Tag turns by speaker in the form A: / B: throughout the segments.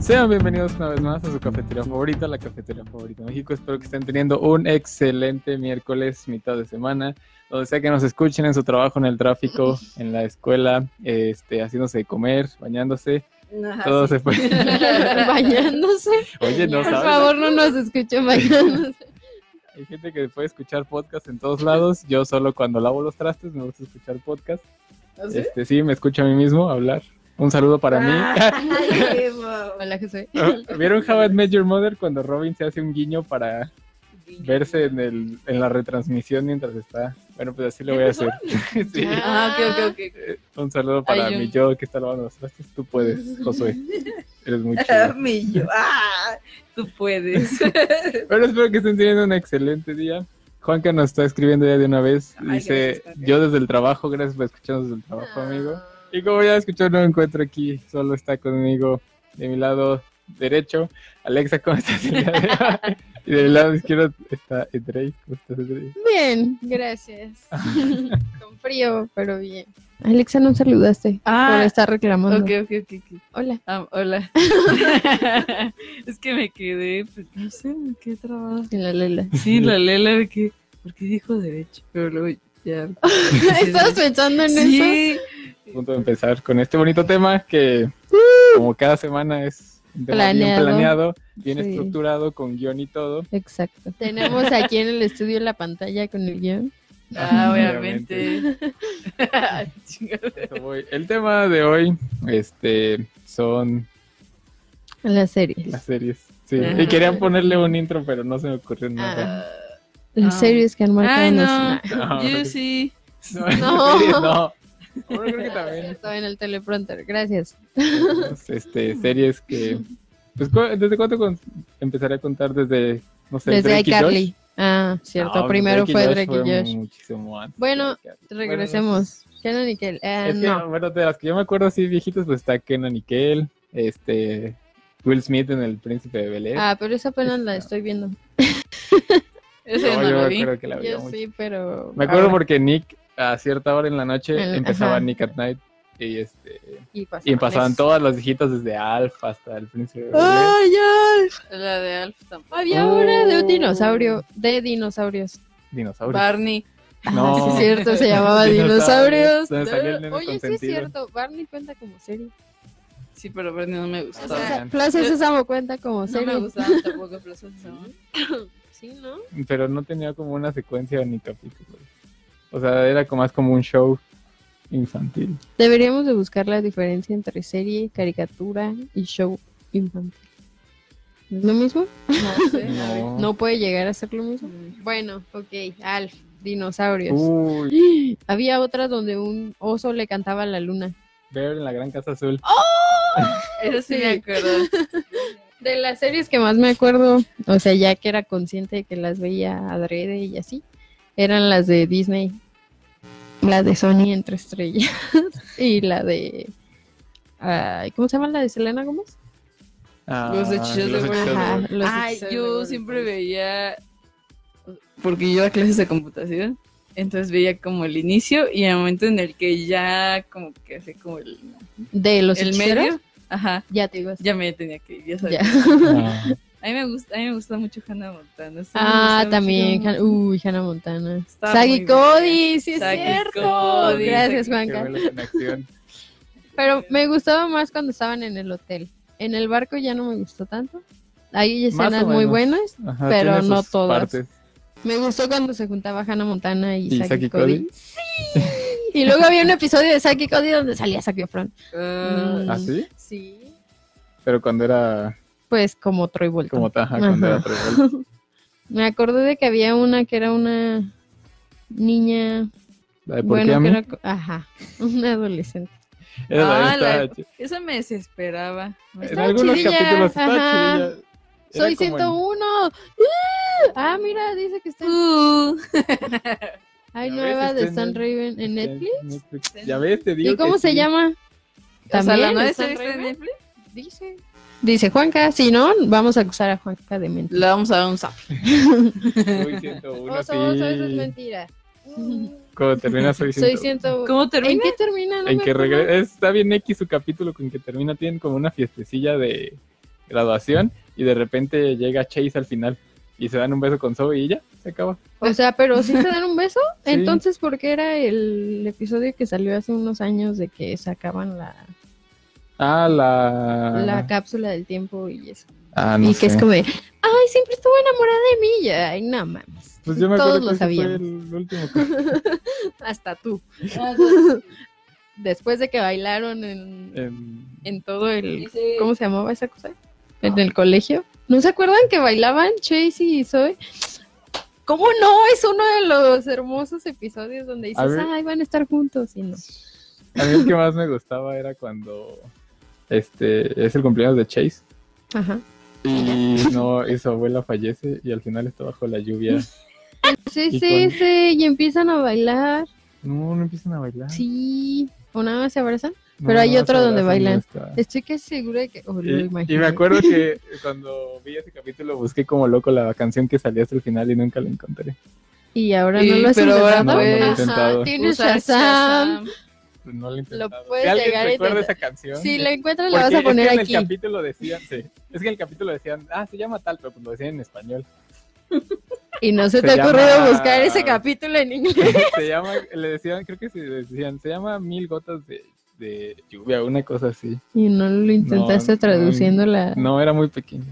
A: Sean bienvenidos una vez más a su cafetería favorita, la cafetería favorita de México. Espero que estén teniendo un excelente miércoles, mitad de semana, donde sea que nos escuchen en su trabajo, en el tráfico, en la escuela, este, haciéndose de comer, bañándose.
B: Ajá,
A: Todo
B: Ah, sí.
A: se puede.
C: bañándose.
A: Oye, no
C: Por
A: sabes.
C: favor, no nos escuchen bañándose.
A: Hay gente que puede escuchar podcast en todos lados. Yo solo cuando lavo los trastes me gusta escuchar podcast.
B: ¿Ah, sí? Ah.
A: Este, sí, me escucho a mí mismo hablar. Un saludo para mí.
B: Ay, wow.
C: Hola, José.
A: ¿Vieron How I Met Your Mother cuando Robin se hace un guiño para verse en, el, en la retransmisión mientras está? Bueno, pues así lo voy a hacer. Sí.
B: Ah, ok, ok, ok.
A: Eh, Un saludo para
C: Ay, yo-
A: mi yo que está lavando los trastes. Tú puedes, Josué. Eres muy
B: Ah,
A: chido.
B: mi yo. Ah, tú puedes.
A: Bueno, espero que estén teniendo un excelente día. Juanca nos está escribiendo ya de una vez.
B: Ay,
A: Dice,
B: gracias, Juanca.
A: yo desde el trabajo, gracias por escucharnos desde el
C: Ah.
A: trabajo, amigo. Y como ya escuchó, no me encuentro aquí. Solo está conmigo de mi lado derecho. Alexa, ¿cómo estás? el día de hoy? y del lado izquierdo está Edrey. ¿Cómo estás, Edrey?
C: Bien, gracias. Con frío, pero bien. Alexa, no saludaste por
B: Ah,
C: estar reclamando.
B: ok, ok, ok. ok.
C: Hola.
B: Ah, hola. es que me quedé, pues, no sé, me quedé trabada.
C: En la Lela.
B: Sí, la Lela, de que, ¿por qué dijo derecho? Pero luego ya.
C: ¿Estabas pensando en eso?
B: Sí.
A: A punto de empezar con este bonito tema que, como cada semana, es un tema bien
C: Planeado.
A: planeado, bien
C: Sí.
A: estructurado, con guión y todo.
C: Exacto. Tenemos aquí en el estudio la pantalla con el guión.
B: Ah, obviamente. Chingado.
A: Eso voy. El tema de hoy este, son
C: Las series.
A: las series. Sí.
B: Ajá.
A: Y querían ponerle un intro, pero no se me ocurrió nada.
B: Ah,
C: Las
B: Ah.
C: series que han marcado Ah,
B: Ay, no.
C: nuestra-
A: No, no.
B: Ah, Yo sí.
A: No,
C: No.
A: series no. Bueno, creo que también
C: Estaba en el teleprompter. Gracias.
A: tenemos, este, series que. Pues, ¿cu- ¿Desde cuánto con- empezaré a contar? Desde, no sé,
C: Desde
A: Drake y Josh?
C: iCarly. Ah, cierto.
A: No,
C: Primero fue Drake y Josh.
A: muchísimo antes.
C: Bueno,
A: Drake y Josh.
C: Regresemos. Kenan y Kel. Ah,
A: Es que,
C: no.
A: bueno, de las que yo me acuerdo así viejitas, pues está Kenan y Kel, este, Will Smith en El Príncipe de Bel Air.
C: Ah, pero esa apenas la estoy viendo.
B: Ese
A: No,
B: no,
A: yo
B: lo
A: me
B: vi.
A: acuerdo que la veía
C: Yo
A: mucho.
C: sí, pero.
A: Me acuerdo
C: ahora.
A: porque Nick a cierta hora en la noche
C: El-
A: empezaba
C: ajá.
A: Nick at Night y este
C: Y pasaban,
A: y pasaban
C: eso.
A: todas las viejitas desde Alf hasta el príncipe. de Bel-Air.
C: ¡Ay, ay!
B: La de Alf tampoco.
C: Había
A: Oh.
C: una de un dinosaurio. De dinosaurios. Ah,
A: Dinosaurio.
B: Barney.
A: No.
C: Sí, es cierto, se llamaba
A: Dinosaurios,
C: Dinosaurios.
A: donde salía el nene
C: Oye, sí es
A: consentido.
C: cierto. Barney cuenta como serie.
B: Sí, pero Barney no me
C: O
A: Está
C: sea,
B: gustaba.
A: bien.
C: Plaza Sésamo cuenta como
B: No
C: serie.
B: me gustaban tampoco pero son-
C: Sí, ¿no?
A: Pero no tenía como una secuencia ni capítulos. O sea, era como más como un show infantil.
C: Deberíamos de buscar la diferencia entre serie, caricatura y show infantil. ¿Es lo mismo?
B: No sé. a ver.
A: No.
C: ¿No puede llegar a ser lo mismo? Bueno, ok. Alf, dinosaurios.
A: Uy,
C: Había otras donde un oso le cantaba a la luna.
A: Bear en la Gran Casa Azul.
C: Oh,
B: Eso sí me
C: Sí.
B: acuerdo.
C: De las series que más me acuerdo, o sea, ya que era consciente de que las veía adrede y así, eran las de Disney. La de Sony entre estrellas y la de... ay, ¿Cómo se llama la de Selena Gómez?
A: Ah,
B: Los hechizos de
A: Los
B: Waverly
A: hechizos de
C: Ajá.
A: Waverly.
C: Los
B: Ay,
C: Excel
B: yo
C: World
B: siempre
C: Records.
B: veía, porque yo a clases de computación, entonces veía como el inicio y el momento en el que ya como que hacía como el,
C: De los
B: el
C: hechiceros.
B: medio, ajá,
C: Ya te digo. así.
B: ya me tenía que ir, ya sabía.
C: Ya.
A: Ah,
B: A mí me gusta, a mí me gusta mucho Hannah Montana. sí, me gusta
C: Ah,
B: mucho
C: también.
B: Hannah
C: Han- Uy, Hannah Montana.
B: Está muy
C: Sagi
B: bien.
C: Cody, sí es
B: Sagi
C: cierto.
B: Cody,
C: Gracias,
B: Sagi
A: qué
C: Juanca.
A: buena conexión.
C: Pero me gustaba más cuando estaban en el hotel. En el barco ya no me gustó tanto. Hay
A: Más o
C: escenas muy
A: menos.
C: buenas.
A: Ajá,
C: Pero
A: tiene
C: no
A: sus
C: todas.
A: partes.
C: Me gustó cuando se juntaba Hannah Montana y,
A: ¿Y
C: Saki
A: Saki
C: Cody.
A: Cody?
C: Y luego había un episodio de Saki Cody donde salía Saki Efron.
B: Montana.
C: Mm.
B: Ah,
A: ¿Ah, sí?
C: Sí.
A: Pero cuando era
C: Pues como Troy Bolton.
A: como taja, cuando
C: Ajá.
A: era trébol.
C: Me acordé de que había una que era una niña.
A: La de por qué a
C: Bueno, que
A: mí.
C: era. co- Ajá. Una adolescente.
A: Esa también
B: Ah, la-
A: estaba ch-
B: Esa me desesperaba. Me
A: En
C: Estaba
A: algunos
C: chidilla,
A: capítulos estaba
C: ajá.
A: chidilla. Era
C: Soy
A: como en-
C: 101. ¡Ah! Ah, mira, dice que está.
B: Uh,
C: Hay
A: Ya
C: nueva
A: ves,
C: de
A: está en
C: Stan Raven en Netflix.
A: Ya ves, te digo.
C: ¿Y cómo
A: que
C: se
A: sí.
C: llama?
B: o sea, la nueva
C: ¿Stan
B: serie está en
C: Raven?
B: Netflix.
C: Dice. Dice Juanca, si no, vamos a acusar a Juanca de mentir.
B: Le vamos a dar un zap.
A: Soy 101,
C: Oso,
A: sí.
C: oso, eso es mentira.
A: Cuando termina Soy
C: Mm, Soy
A: 101.
C: 101.
B: ¿Cómo
C: ¿En
B: termina?
C: qué termina? No
A: En
C: me
A: que
C: acuerdo.
A: regresa. Está bien X su capítulo con que termina. Tienen como una fiestecilla de graduación y de repente llega Chase al final y se dan un beso con Zoe y ya, se acaba.
C: O sea, pero si se dan un beso,
A: Sí.
C: entonces porque era el episodio que salió hace unos años de que sacaban la,
A: Ah, la...
C: la cápsula del tiempo y eso.
A: Ah, no
C: y
A: sé.
C: que es como de, ay, siempre estuvo enamorada de mí. Y, ay, no mames.
A: Pues yo me
C: Todos
A: acuerdo
C: lo
A: que ese fue
C: sabíamos.
A: el último que-
C: Hasta tú. Después de que bailaron en,
A: en-
C: en todo el... ¿Cómo se llamaba esa cosa? En el colegio. ¿No se acuerdan que bailaban Chase y Zoe? ¿Cómo no? Es uno de los hermosos episodios donde
A: A
C: dices,
A: ver.
C: ay, van a estar juntos. Y no.
A: A mí el que más me gustaba era cuando este es el cumpleaños de Chase
C: Ajá.
A: y no y su abuela fallece y al final está bajo la lluvia.
C: Sí,
A: Y
C: sí,
A: con-
C: sí. Y empiezan a bailar.
A: No, no empiezan a bailar.
C: Sí. ¿O nada más se abrazan?
A: No,
C: pero hay
A: nada más
C: otro donde
A: abrazan y ya
C: bailan.
A: está.
C: Estoy que segura de que... oh, lo
A: Y, y
C: imaginé.
A: me acuerdo que cuando vi ese capítulo busqué como loco la canción que salía hasta el final y nunca la encontré.
C: Y ahora no
B: Y-
C: lo has
B: pero ahora
C: intentado.
A: puedes- No, no lo he
C: Ajá,
A: intentado.
C: tienes
B: Usar
C: Shazam.
A: Pues No la he intentado.
C: puedes
A: Si alguien
C: llegar a
A: recuerda
C: intentar.
A: esa canción.
C: Si la encuentras la
A: Porque
C: vas a
A: es
C: poner
A: que en
C: aquí.
A: el capítulo decían, sí, es que en el capítulo decían, ah, se llama tal, pero pues lo decían en español.
C: Y no se
A: Se
C: te ha ocurrido
A: llama-
C: buscar ese capítulo en inglés.
A: se llama, le decían, creo que se decían, se llama Mil Gotas de, de Lluvia, una cosa así.
C: Y no lo intentaste
A: No, no,
C: traduciendo la...
A: No, era muy pequeño.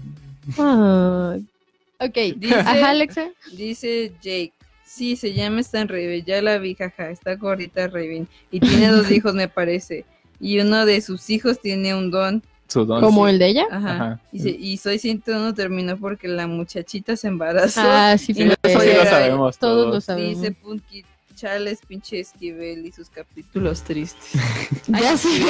C: Ah. Ok.
B: Dice-
C: Ajá, Alexa.
B: Dice Jake. Sí, se llama Stan Raven, ya la vi, jaja, está gordita Raven. Y tiene dos hijos, me parece. Y uno de sus hijos tiene un don.
A: Su don.
C: ¿Como el de ella?
B: Ajá.
A: Ajá.
B: Dice, y soy 101 terminó porque la muchachita se embarazó.
C: Ah, sí,
B: Y no
A: Eso
C: pero...
A: sí
B: soy-
A: lo
B: Ay,
A: sabemos todos.
C: Todos lo sabemos.
B: Dice Punky Chales, pinche Esquivel y sus capítulos tristes.
C: Ya
B: Ay,
C: sé.
B: sí.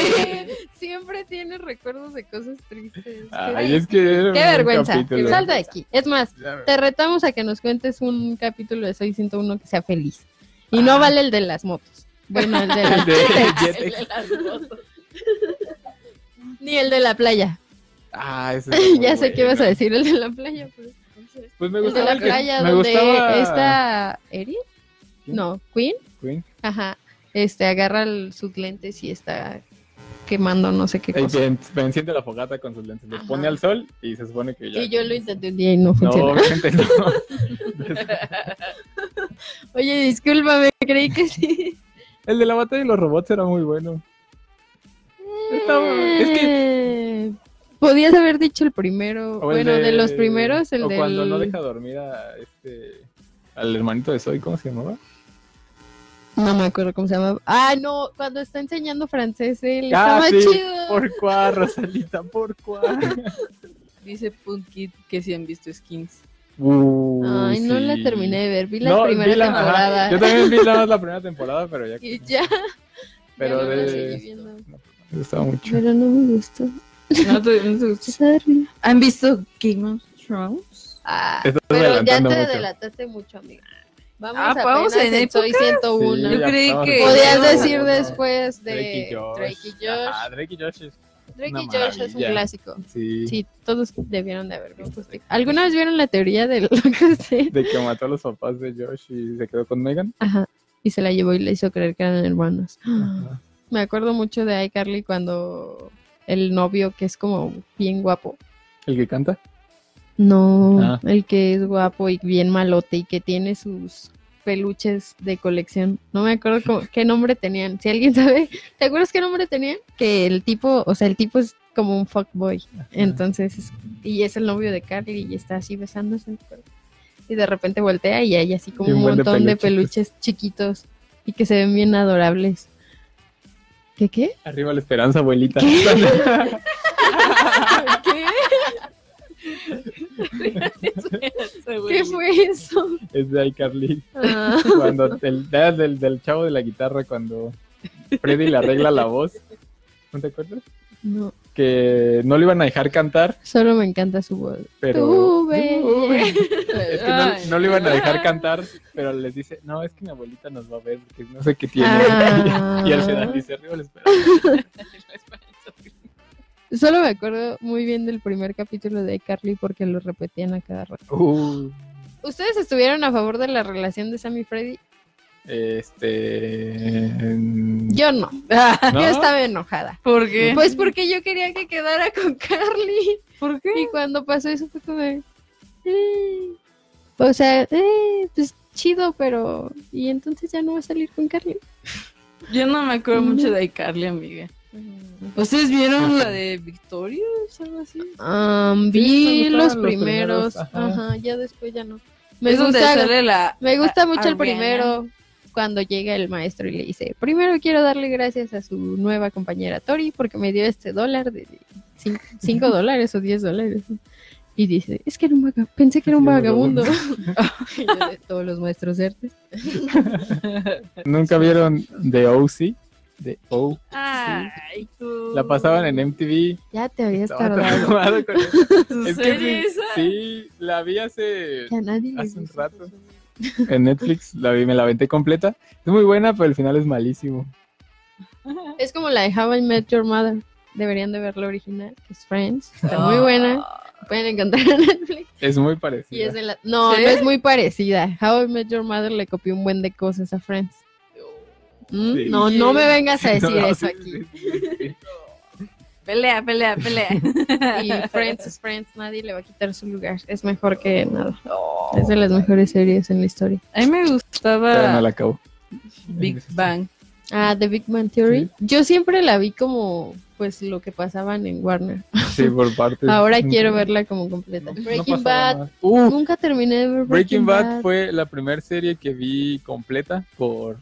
C: Siempre tienes recuerdos de cosas tristes.
A: Ay, es que era
C: Qué
A: un
C: vergüenza.
A: capítulo.
C: Salta de aquí. Es más,
A: Ya,
C: te retamos a que nos cuentes un capítulo de Soy 101 que sea feliz. Y
A: Ah.
C: no vale el de las motos. Bueno, el de
A: el
C: las
A: de
B: El
A: Jetex.
B: de las motos.
C: Ni el de la playa.
A: Ah, ese es muy
C: ya sé qué vas a
A: bueno.
C: decir, el de la playa. pues.
A: Pues me
C: El de
A: gustaba
C: la
A: el que-
C: playa
A: me
C: donde
A: gustaba-
C: está Eri.
A: ¿Quién?
C: No, Queen.
A: Queen.
C: Ajá. Este, agarra el- sus lentes y está quemando no sé qué
A: El
C: cosa.
A: que en- enciende la fogata con sus lentes, los
C: Ajá.
A: pone al sol y se supone que ya.
C: Y yo lo intenté un día y no
A: No,
C: funcionó.
A: obviamente no.
C: Oye, discúlpame, creí que sí.
A: El de la batalla de los robots era muy bueno. Está- es que
C: Eh, Podías haber dicho el primero.
A: O el
C: bueno, de... los primeros, el
A: o
C: del.
A: cuando no deja dormir a este al hermanito de Zoe, ¿cómo se llamaba?
C: No me acuerdo cómo se llama. Ah, no, cuando está enseñando francés, él
A: Ah,
C: está más
A: sí,
C: chido.
A: Por cuá, Rosalita, por cuá.
B: Dice Punky que si han visto skins.
A: Uy,
C: Ay, no la
A: Uh, sí.
C: terminé de ver. Vi la
A: No,
C: primera
A: vi la- ajá,
C: temporada.
A: yo también vi la, la primera temporada, pero ya.
C: Y ya.
A: pero
C: ya no la
A: de.
C: seguí viendo.
A: no, me gustaba mucho.
C: Pero no me gustó.
B: No te- no te gustó.
C: Sorry.
B: ¿Han visto Game of Thrones?
C: Ah,
A: Estás
C: pero ya te
A: adelantando mucho.
C: delataste mucho, amiga. Vamos
B: Ah,
C: a
B: vamos en
C: Soy 101.
A: Sí,
B: Yo
A: ya
B: creí
A: estamos
B: que-
A: en-
C: Podías
B: No,
C: decir
B: no, no.
C: después de
A: Drake y Josh.
C: Drake y Josh.
A: Ajá, Drake y Josh es.
C: Drake
A: Una
C: y Josh es un
A: maravilla.
C: clásico.
A: Sí.
C: Sí, todos debieron de haber visto. este. ¿Alguna vez vieron la teoría del loco este?
A: De que mató a los papás de Josh y se quedó con Megan.
C: Ajá. Y se la llevó y le hizo creer que eran hermanos.
A: Ajá.
C: Me acuerdo mucho de iCarly cuando el novio, que es como bien guapo.
A: El que canta.
C: No,
A: Ah.
C: el que es guapo y bien malote y que tiene sus peluches de colección. No me acuerdo cómo- qué nombre tenían. Si alguien sabe, ¿te acuerdas qué nombre tenían? Que el tipo, o sea, el tipo es como un fuckboy. Entonces, es- y es el novio de Carly y está así besándose. en el cuerpo. Y de repente voltea y hay así como
A: Y un
C: un
A: buen de
C: montón de
A: peluches.
C: peluches chiquitos y que se ven bien adorables. ¿Qué qué?
A: Arriba la esperanza, abuelita.
C: ¿Qué, ¿Qué
B: ¿Qué
C: fue eso?
A: es de iCarly.
C: Ah,
A: cuando el ya del, del chavo de la guitarra cuando Freddy le arregla la voz ¿no te acuerdas?
C: no,
A: que no le iban a dejar cantar
C: solo me encanta su voz.
A: pero
C: Tuve.
A: es que no, no le iban a
C: Ah.
A: dejar cantar pero les dice no es que mi abuelita nos va a ver porque no sé qué tiene
C: Ah.
A: y al final dice arriba la espera
C: Solo me acuerdo muy bien del primer capítulo de Carly porque lo repetían a cada rato.
A: Uh,
C: ¿Ustedes estuvieron a favor de la relación de Sam y Freddy?
A: este
C: Yo no.
A: ¿no?
C: Yo estaba enojada.
B: ¿Por qué?
C: Pues porque yo quería que quedara con Carly.
B: ¿Por qué?
C: Y cuando pasó eso fue como. de, "Eh". O sea, eh, pues chido, pero. Y entonces ya no va a salir con Carly.
B: Yo no me acuerdo mucho de iCarly, amiga. ¿Ustedes vieron la de Victoria o algo así?
C: Am,
A: Sí,
C: vi
A: me gustaban
C: los
A: los primeros,
C: primeros.
A: ajá.
C: ajá. ya después ya no. Me
B: es donde
C: gusta-
B: sale la.
C: Me gusta
B: la-
C: mucho el
B: Ariana.
C: primero, cuando llega el maestro y le dice, primero quiero darle gracias a su nueva compañera Tori porque me dio este dólar de 5 dólares o 10 dólares. Y dice, es que era un vaga- pensé que era un
A: Era un vagabundo.
C: vagabundo. Y yo de todos los maestros verdes.
A: ¿Nunca vieron The OC? The O.
B: Ay, tú.
A: La pasaban en MTV.
C: Ya te habías
A: Estaba
C: tardado.
A: traumado con-
B: ¿Tu
A: Es que
B: serie
A: sí,
B: esa?
A: sí, la vi hace
C: Ya nadie le
A: Hace un
C: gusta
A: rato.
C: eso.
A: en Netflix, la vi, me la aventé completa. Es muy buena, pero el final es malísimo.
C: Es como la de How I Met Your Mother. Deberían de ver la original, que es Friends. Está muy buena. Pueden encontrar en Netflix.
A: Es muy
C: Y
A: parecida.
C: es de la... No,
B: ¿Sí?
C: no es muy parecida. How I Met Your Mother le copió un buen de cosas a Friends. ¿Mm?
A: Sí.
C: No, no me vengas a decir
A: No, no,
C: eso
A: sí,
C: aquí.
A: sí, sí, sí.
B: Pelea, pelea, pelea.
C: Y Friends es Friends, nadie le va a quitar su lugar. Es mejor que
A: Oh.
C: nada. Es de las mejores series en la historia.
B: A mí me
A: Todavía no
B: gustaba
A: la acabo.
B: Big Bang.
C: Ah, The Big Bang Theory. Yo siempre la vi como pues lo que pasaban en Warner.
A: Sí, por parte.
C: Ahora quiero verla como completa. Breaking Bad. Nunca terminé de ver
A: Breaking Bad fue la primera serie que vi completa por,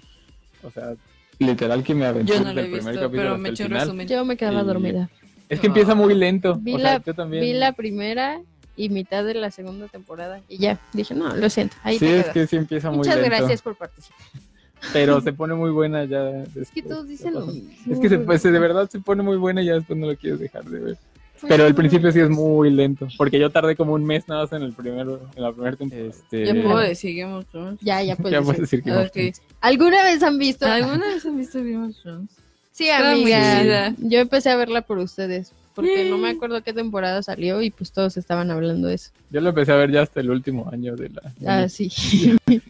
A: o sea, literal que me aventé
B: Yo no la
A: del
B: he
A: primer
B: visto,
A: capítulo
B: pero
A: hasta
B: me
A: el
B: eché un
A: final.
B: resumen.
C: Yo me quedaba
A: Y-
C: dormida.
A: Es que empieza muy lento.
C: Vi
A: o sea,
C: la-
A: yo también.
C: Vi la primera y mitad de la segunda temporada y ya. Dije, no, lo siento. Ahí
A: sí,
C: te
A: es
C: quedas.
A: que sí empieza muy
C: Muchas
A: lento.
C: gracias por participar.
A: Pero se pone muy buena ya.
C: Es que todos dicen lo mismo.
A: Es que se, pues, de verdad se pone muy buena y ya después no lo quieres dejar de ver.
C: Pues
A: Pero el principio sí es muy lento. Porque yo tardé como un mes nada más en, el primero, en la primera temporada. Este,
B: Ya puedo decir Game of Thrones.
C: Ya, ya puedes
A: ya puedo
C: decir.
A: decir que
B: Ok.
C: ¿Alguna vez han visto?
B: ¿Alguna vez han visto Game of Thrones?
C: Sí,
B: Estaba Ah, muy
C: amiga.
B: chida.
C: Yo empecé a verla por ustedes. Porque no me
B: Yay.
C: acuerdo qué temporada salió y pues todos estaban hablando de eso.
A: Yo lo empecé a ver ya hasta el último acho de la.
C: Ah, sí.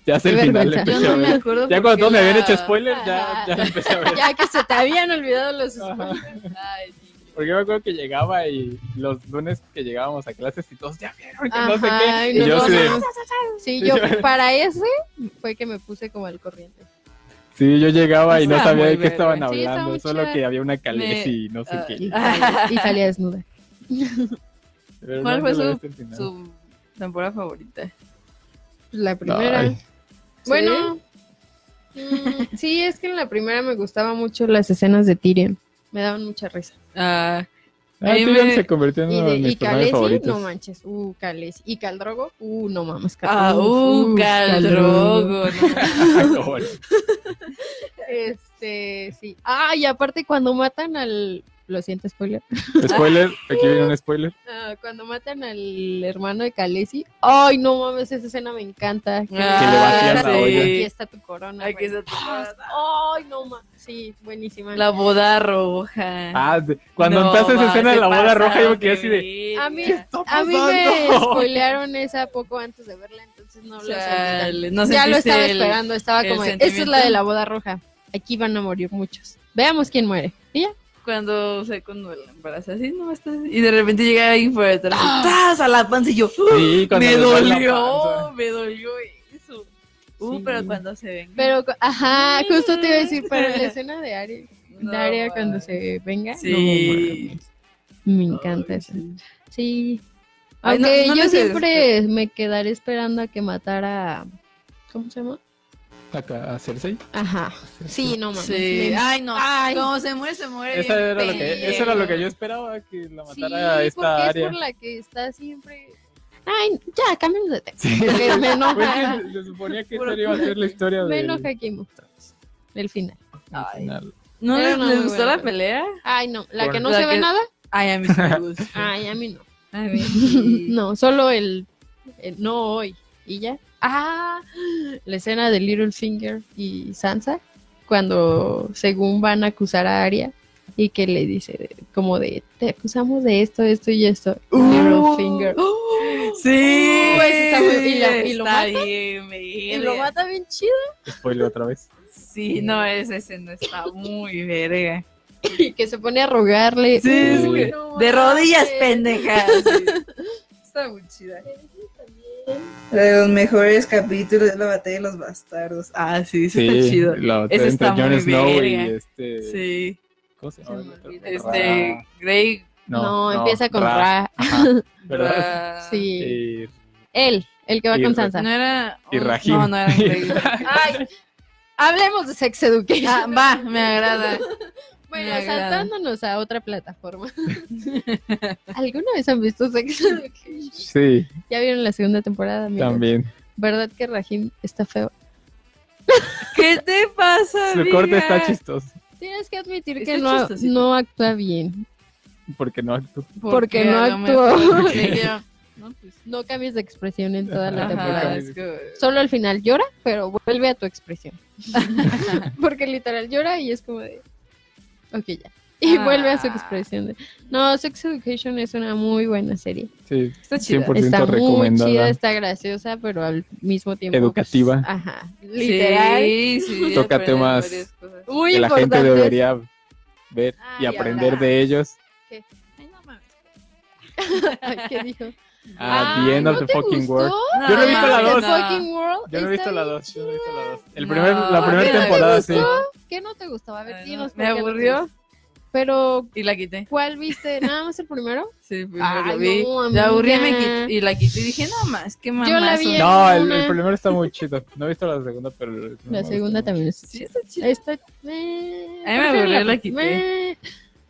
A: ya hasta
C: qué
A: el final lo empecé Pues a
B: Yo
C: vergüenza.
B: no me
A: ver.
B: acuerdo.
A: Ya
B: por
A: cuando
B: qué
A: todos me habían
B: la-
A: hecho spoiler, ya,
C: Ah.
A: ya lo empecé a ver.
C: ya que se te habían olvidado los
A: Ajá.
B: Ay, niño.
A: Porque yo me acuerdo que llegaba y los lunes que llegábamos a clases y todos ya vieron que no sé
C: Ajá,
A: qué. Y
C: no,
A: yo
C: no,
A: así de,
C: no. Sí, yo para ese fue que me puse como al corriente.
A: Sí, yo llegaba y no
B: Estaba
A: sabía
B: muy
A: de qué estaban
C: verga. Sí, estaba
A: hablando,
C: muy
A: solo
C: chida.
A: que había una calés
B: Me-
A: y no sé
B: Ah.
A: qué.
C: Y salía, y salía desnuda.
A: Pero
B: ¿Cuál
A: no,
B: fue
A: no lo
B: su-
A: viste al final.
B: Su temporada favorita.
C: La primera.
A: Ay.
C: Bueno. mm, sí, es que en la primera me gustaban mucho las escenas de Tyrion. Me daban mucha risa.
B: Ah,
A: Ah,
B: Ahí
A: Tyrion
B: me-
A: se convirtió en
C: Y,
A: uno de
C: de,
A: mis
C: y
A: personajes
C: Khaleesi,
A: favoritos.
C: no manches. Uh, Khaleesi. Y Caldrogo, uh, no mames. Cal-
B: ah,
C: uf,
B: uh,
C: uf,
B: Caldrogo.
A: Ay, no, bueno.
C: Este, sí. Ah, y aparte cuando matan al... Lo siento, spoiler.
A: Spoiler, aquí viene un spoiler.
C: Ah, cuando matan al hermano de Khaleesi. Ay, no mames, esa escena me encanta. Que,
A: vacían la
C: Ah, sí.
A: olla.
C: Aquí está tu corona.
B: Ay, que
C: güey.
B: se te-
C: Ay, no mames. Sí, buenísima.
B: pues, La boda roja.
A: Ah, de- cuando
B: No,
A: empieza esa
B: ma,
A: escena de
B: se
A: la boda roja, yo me
B: pasaron
A: quedé así de.
B: verga.
C: A mí,
A: ¿Qué está
C: a mí me
A: pasando?
C: spoilearon esa poco antes de verla, entonces no lo sentí
B: Chale, no
C: tan- Ya lo
B: sentiste
C: estaba
B: el-
C: esperando, estaba
B: el
C: como, de, esta es la
B: sentimiento?
C: de la boda roja, aquí van a morir muchos. Veamos quién muere. Y ya.
B: Cuando, o sea, cuando la embarazas así, no estás. Y de repente llega alguien por detrás, y ¡tas! a la panza y yo, ¡ah!
A: Sí, cuando
B: me
A: le da la
B: dolió,
A: panza.
B: me dolió eso. Uh,
C: Sí.
B: pero cuando se ven.
C: Pero, cu- ajá, justo te iba a decir, pero la escena de Aria, de Aria cuando se venga, no
B: Sí.
C: mames. me encanta esa. Sí.
B: Ay, no-
C: Aunque
B: no
C: yo
B: les
C: siempre me quedaré esperando a que matara, ¿cómo se llama?
A: Acá, a Cersei.
C: Ajá. Sí, no mames.
B: Sí.
C: me-
B: Ay, no.
C: Ay.
B: Como se muere, se muere.
A: Esa
B: bien
A: era lo que,
B: pendejo.
A: eso era lo que yo esperaba, que la
C: Sí,
A: matara a esta
C: porque
A: área.
C: es por la que está siempre. Ay, ya, cambiamos de tema.
A: Sí.
C: Porque me enoja.
A: Pues que se, se suponía que
B: Puro
A: esta iba a ser la historia
C: Me
A: de.
C: enoja Game of Thrones. El final.
B: Ay.
A: final.
B: ¿No
C: Era
B: les,
C: una
B: les
C: muy
B: gustó
C: buena
B: la pelea?
C: Ay, no. La
A: Por-
C: que no
B: la
C: se ve
B: que-
C: nada.
B: Ay, a mí sí me gustó.
C: Ay, a mí Ah, no.
B: A mí sí.
C: No, solo el. el no hoy. Y ya. Ah, la escena de Littlefinger y Sansa. Cuando, según van a acusar a Arya. Y que le dice, como de, te acusamos de esto, esto y esto.
A: Uh.
C: Littlefinger.
B: Sí.
C: Uh, ese está muy- ¿y la- y lo
B: Está
C: mata?
B: bien,
C: Y lo
B: verga.
C: mata bien chido.
A: Spoiler otra vez.
B: Sí, no, esa escena está muy verga.
C: y que se pone a rogarle.
D: Sí,
A: sí.
C: Uy, no
B: De rodillas,
C: mames.
B: pendeja.
D: Está muy chida. De los mejores capítulos es la batalla de los bastardos. Ah, sí, sí, está chido.
A: la batalla
B: Ese
A: entre
B: está
A: Jon
B: muy
A: Snow y
B: verga.
A: este.
B: Sí.
A: ¿Cómo se llama? el otro?
D: Sí,
B: Este, Grey.
C: No, empieza con
A: Ra.
C: Ra.
A: Ajá, ¿Verdad?
D: Ra-
C: Ah, Sí.
A: Y-
C: Él, el que va
A: Y
C: con
A: Ra-
C: Sansa.
B: No era.
A: Y Rajim.
B: No, no era Grey.
C: Ay, hablemos de Sex Education.
B: Ah, va, me agrada.
C: bueno,
B: me agrada.
C: saltándonos a otra plataforma. ¿Alguna vez han visto Sex Education?
A: Sí,
C: Ya vieron la segunda temporada, amigos?
A: también.
C: ¿Verdad que Rajim está feo?
B: ¿Qué te pasa,
A: Su corte
B: amiga?
A: está chistoso.
C: Tienes que admitir
B: Está
C: que no,
B: chistosito.
C: no actúa bien.
A: Porque no actúa.
C: Porque no
B: a lo
C: actuó.
B: mejor le dio- No, pues.
C: No cambies de expresión en toda la
A: Ajá.
C: temporada.
B: es que-
C: Solo al final llora, pero vuelve a tu expresión. Porque literal llora y es como de. Ok, ya. Y
B: Ah.
C: vuelve a su expresión. de- No, Sex Education es una muy buena serie.
A: Sí,
B: Está chida.
A: 100%
C: Está muy
A: recomendada.
C: chida, está graciosa, pero al mismo tiempo. pues,
A: Educativa.
C: ajá. Literal.
B: Sí, sí,
A: Toca
B: aprenden
A: temas-
B: varias cosas.
C: Muy
A: que la
C: importante.
A: gente debería ver
C: Ah,
A: y
C: y
A: aprender
C: hablar.
A: de ellos.
B: Ay, no mames.
C: Ay, ¿Qué dijo?
A: A
C: Ay,
A: the end
C: Ah, ¿no
A: of the
C: te
A: fucking
C: gustó?
A: world. Yo no he visto la
C: The
A: dos.
C: fucking world
A: Yo no he
C: está
A: visto la
C: bien
A: 2. Yo no he visto la 2. El
B: No,
A: primer, la
B: ¿a
A: primera
B: ti no te
A: temporada, sí.
C: gustó? ¿Qué no te gustaba? A ver,
B: Ay, no,
C: dinos.
B: me
C: por qué no te
B: aburrió.
C: gustó. Pero,
B: Y la quité.
C: ¿cuál viste? ¿Nada más el primero?
B: Sí, primero
C: Ay,
B: la vi.
C: no,
B: la aburrí y, me
C: amiga.
B: quit- y la quité. Y dije, no más, qué mamazo.
C: Yo la vi en-
A: No, el,
C: Una.
A: el primero está muy chido. No he visto la segunda, pero. no me
C: La
A: gustó
C: segunda
A: mucho.
C: también es.
B: Sí, está chida.
C: Esta. eh,
B: A mí me
C: prefiero
B: aburrió, la
C: prim-
B: quité.
C: eh,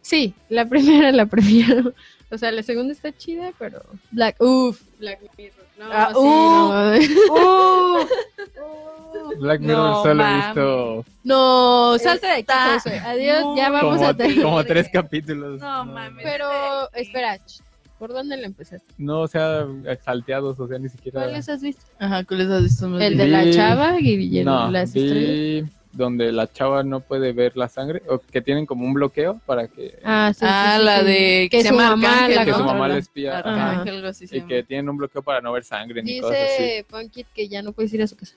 C: sí, la primera la prefiero. O sea, la segunda está chida, pero. Black. Uff, Black Mirror. No,
B: Ah,
C: sí, no.
B: ¡Uh!
A: Black Mirror
B: No,
A: solo he
B: mames.
A: visto
C: No, salta de aquí,
B: Está
C: Josué. Adiós, ya
B: muy
C: vamos
A: como,
C: a terminar.
A: como tres capítulos.
B: No, mames.
C: Pero, espera, ch, ¿por dónde la empezaste?
A: No, o sea, salteados, o sea, ni siquiera.
C: ¿Cuáles has visto?
B: Ajá, ¿cuáles has visto? más
C: El de
B: bien?
C: la
A: Vi-
C: chava y el-
A: No,
C: las estrellas.
A: vi donde la chava no puede ver la sangre, o que tienen como un bloqueo para que,
C: Ah, sí, sí,
B: Ah,
C: sí,
B: la
C: sí.
B: de
C: que
B: que se
C: su
B: llama
C: mamá
B: Arcángel,
C: la
A: que su
B: controla.
A: mamá les pida.
C: Ajá.
A: ajá,
B: Arcángel, algo así se
A: y
B: llama.
A: que tienen un bloqueo para no ver sangre ni cosas así.
C: Dice Punkit que ya no puedes ir a su casa.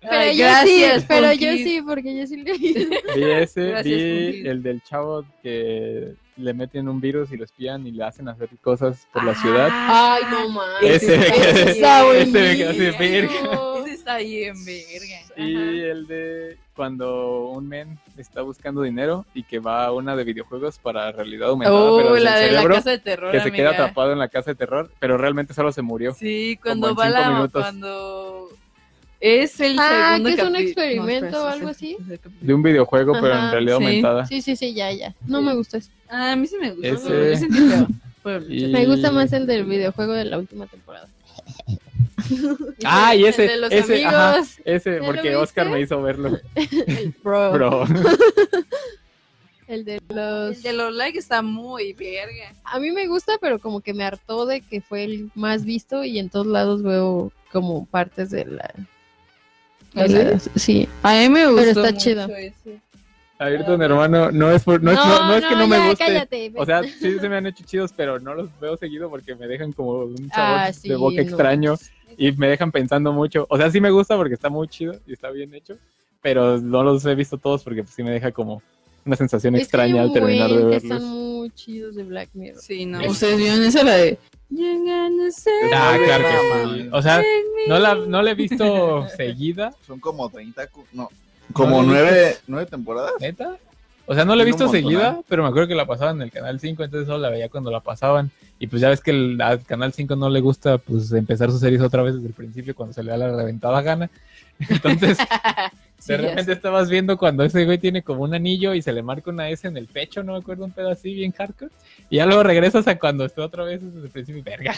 C: Pero
B: Ay,
C: yo
B: gracias,
C: sí, pero yo
B: Punkit.
C: sí, porque yo sí le hice.
A: Vi ese,
B: Gracias,
A: vi
B: Punky.
A: el del chavo que le meten un virus y lo espían y le hacen hacer cosas por la ciudad.
C: Ay, no mames.
A: Ese me quedé-
C: está
A: ese me quedé así,
C: buenísimo.
B: Ese está bien, verga.
A: Y el de cuando un men está buscando dinero y que va a una de videojuegos para realidad aumentada, pero
B: Oh,
A: desde
B: la
A: el
B: de la
A: cerebro,
B: casa de terror.
A: que se queda
B: amiga.
A: atrapado en la casa de terror, pero realmente solo se murió.
B: Sí,
A: Como
B: cuando
A: en
B: va
A: cinco
B: la.
A: minutos.
B: Cuando. Es el
C: Ah,
B: segundo
C: que es un
B: capi-
C: experimento
B: no,
C: o
B: espera,
C: algo
B: es el-
C: así.
B: es el capítulo.
A: De un videojuego, pero en
C: Ajá,
A: realidad
B: sí.
A: aumentada.
C: Sí, sí, sí, ya, ya. No me gusta eso.
B: Ah, a mí sí me gustó.
A: Ese-
B: pero yo sentí feo por el
A: Y-
C: Me gusta más el del videojuego de la última temporada.
A: Ah, y
C: El
A: ese,
C: de los
A: ese, ajá,
C: amigos.
A: ese,
C: ¿Ya lo
A: porque Oscar
C: viste?
A: me hizo verlo,
B: bro.
A: bro.
C: El de los.
B: El de los likes está muy verga.
C: A mí me gusta, pero como que me hartó de que fue el más visto y en todos lados veo como partes de la. de
B: ¿Ah, sí?
C: las- sí.
B: A mí me gustó.
C: está
B: mucho
C: chido.
B: ese.
A: Ayrton, hermano, no es, por- no, es- no- no es que no
C: ya,
A: me guste.
C: cállate.
A: O sea, sí se me han hecho chidos, pero no los veo seguido porque me dejan como un sabor
C: Ah, sí,
A: de boca
C: no.
A: extraño y me dejan pensando mucho. O sea, sí me gusta porque está muy chido y está bien hecho, pero no los he visto todos porque pues, sí me deja como una sensación
C: Es que hay
A: extraña al
C: un
A: terminar de
C: buen que Están
A: verlos.
C: muy chidos de Black Mirror.
B: Sí, no.
A: Es-
B: Ustedes vieron esa la de. You're gonna save
A: Ah, claro
E: No,
A: que sí.
E: mames.
A: O sea,
B: me.
A: Ah, no la, no la he visto seguida,
E: Son como 30, cu- no,
A: No,
E: como
A: no,
E: nueve, nueve temporadas.
A: neta. O sea, no la
E: Tiene un
A: he visto
E: montón,
A: seguida,
E: ¿eh?
A: pero me acuerdo que la pasaban en el Canal 5, entonces solo la veía cuando la pasaban. Y pues ya ves que el- al Canal 5 no le gusta pues empezar sus series otra vez desde el principio cuando se le da la reventada gana. Entonces,
B: Sí,
A: de
B: ya
A: repente estabas viendo cuando ese güey tiene como un anillo y se le marca una S en el pecho, no me acuerdo, un pedo así bien hardcore. Y ya luego regresas a cuando está otra vez desde el principio y verga.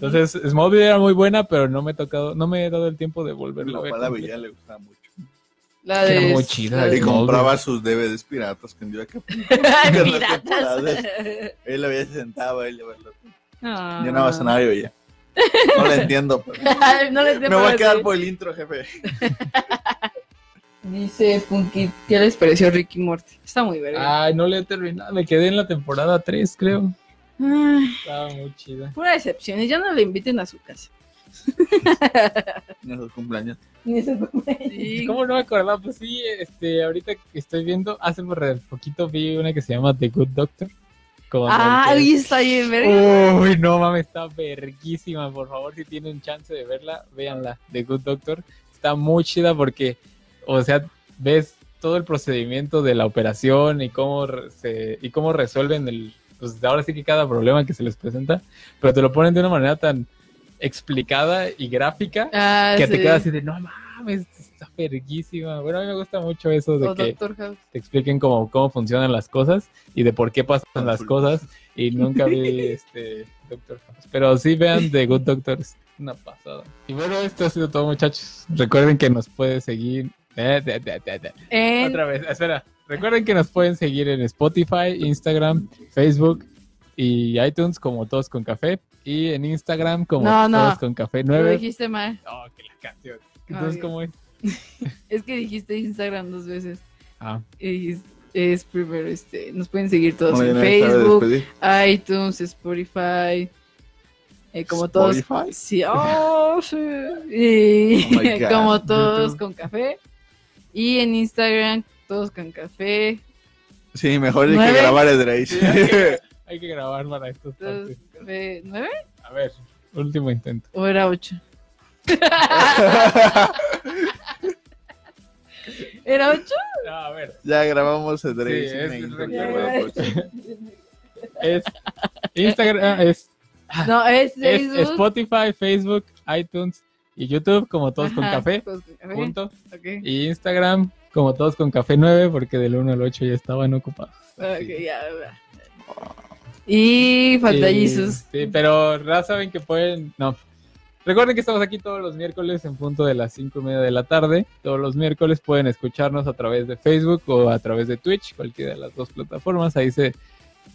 A: Entonces, Smallville era muy buena, pero no me he tocado, no me he dado el tiempo de volverla a ver.
E: Papá la
A: completa.
E: veía, le gustaba mucho.
B: La
A: Era
B: de.
A: muy chida,
B: la
E: Y
A: digo.
B: de-
E: compraba sus DVDs piratas que en día que
B: Piratas.
E: él la veía se sentaba, él a verlo.
B: Ah.
E: Yo no a sonar y veía. No lo entiendo. pero-
B: no les dé
E: Me voy a
B: para
E: quedar
B: decir.
E: por el intro, jefe.
B: Dice Punky, ¿qué les pareció Ricky Morty? Está muy verga.
A: Ay, no le he terminado, me quedé en la temporada 3, creo.
B: Ay,
A: Estaba muy chida.
B: pura decepción. y Ya no le inviten a su casa.
E: en esos cumpleaños.
B: Sí.
A: ¿Cómo no me acordaba? Pues sí, este, ahorita que estoy viendo, hace un poquito vi una que se llama The Good Doctor. con el
B: Ah,
A: que-
B: ahí está bien,
A: Uh,
B: verga.
A: Uy, no mames, está verguísima. Por favor, si tienen chance de verla, véanla. The Good Doctor está muy chida porque, o sea, ves todo el procedimiento de la operación y cómo re- se y cómo resuelven el pues ahora sí que cada problema que se les presenta, pero te lo ponen de una manera tan explicada y gráfica
B: Ah,
A: que te
B: sí.
A: quedas así de no mames, está verguísima. Bueno, a mí me gusta mucho eso de
B: O
A: que
B: Doctor House.
A: te expliquen cómo, cómo funcionan las cosas y de por qué pasan las cosas. Y nunca vi este Doctor House. Pero sí vean The Good Doctor, es una pasada. Y bueno, esto ha sido todo, muchachos. Recuerden que nos pueden seguir. eh, de- de- de- de-
B: En-
A: Otra vez, espera. Recuerden que nos pueden seguir en Spotify, Instagram, Facebook y iTunes como Todos con Café. Y en Instagram como
B: No, no.
A: Todos con Café
B: Lo
A: 9.
B: dijiste mal.
A: Oh, que la canción. Entonces,
B: Ay.
A: ¿cómo es?
B: Es que dijiste Instagram dos veces.
A: Ah,
B: Y dijiste- es primero, este, nos pueden seguir todos
E: Oye,
B: en
E: no me sabe
B: Facebook,
E: despedir.
B: iTunes, Spotify, eh, como todos.
E: Spotify.
B: Sí, oh, sí. Y
E: Oh my God.
B: como todos
A: YouTube.
B: con café. Y en Instagram, todos con café.
E: Sí, mejor hay que
B: Nueve.
E: grabar el
A: Sí, hay
E: Drake.
A: que- hay que grabar para estos
B: Todos
A: partes.
B: con café. ¿Nueve?
A: A ver, último intento.
B: ¿O era ocho? ¿Era ocho?
A: No, Ah, a ver,
E: ya grabamos el Drake.
A: Sí, es- es
E: recuerdo.
A: es Instagram, ah, es,
B: No,
A: es
B: es Facebook.
A: Spotify, Facebook, iTunes y YouTube como todos con
B: Ajá,
A: café.
B: Todos con café.
A: Punto.
B: Ok.
A: Y Instagram como todos con café 9 porque del 1 al 8 ya estaban ocupados.
B: Ok,
A: Así.
B: ya, ya. Y falta
A: Sí,
B: Jesus.
A: Sí, pero ya saben que pueden. No. Recuerden que estamos aquí todos los miércoles en punto de las 5 y media de la tarde. Todos los miércoles pueden escucharnos a través de Facebook o a través de Twitch, cualquiera de las dos plataformas. Ahí se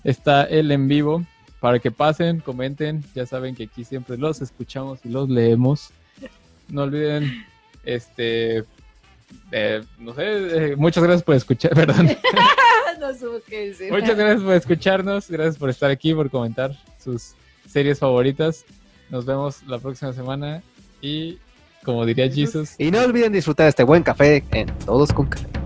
A: está el en vivo para que pasen, comenten. Ya saben que aquí siempre los escuchamos y los leemos. No olviden, este. eh, no sé, eh, muchas gracias por escuchar, perdón.
B: Ah, no supe qué decir.
A: Muchas gracias por escucharnos, gracias por estar aquí, por comentar sus series favoritas. Nos vemos la próxima semana y como diría Jesus,
F: Y no olviden disfrutar este buen café en Todos con Café.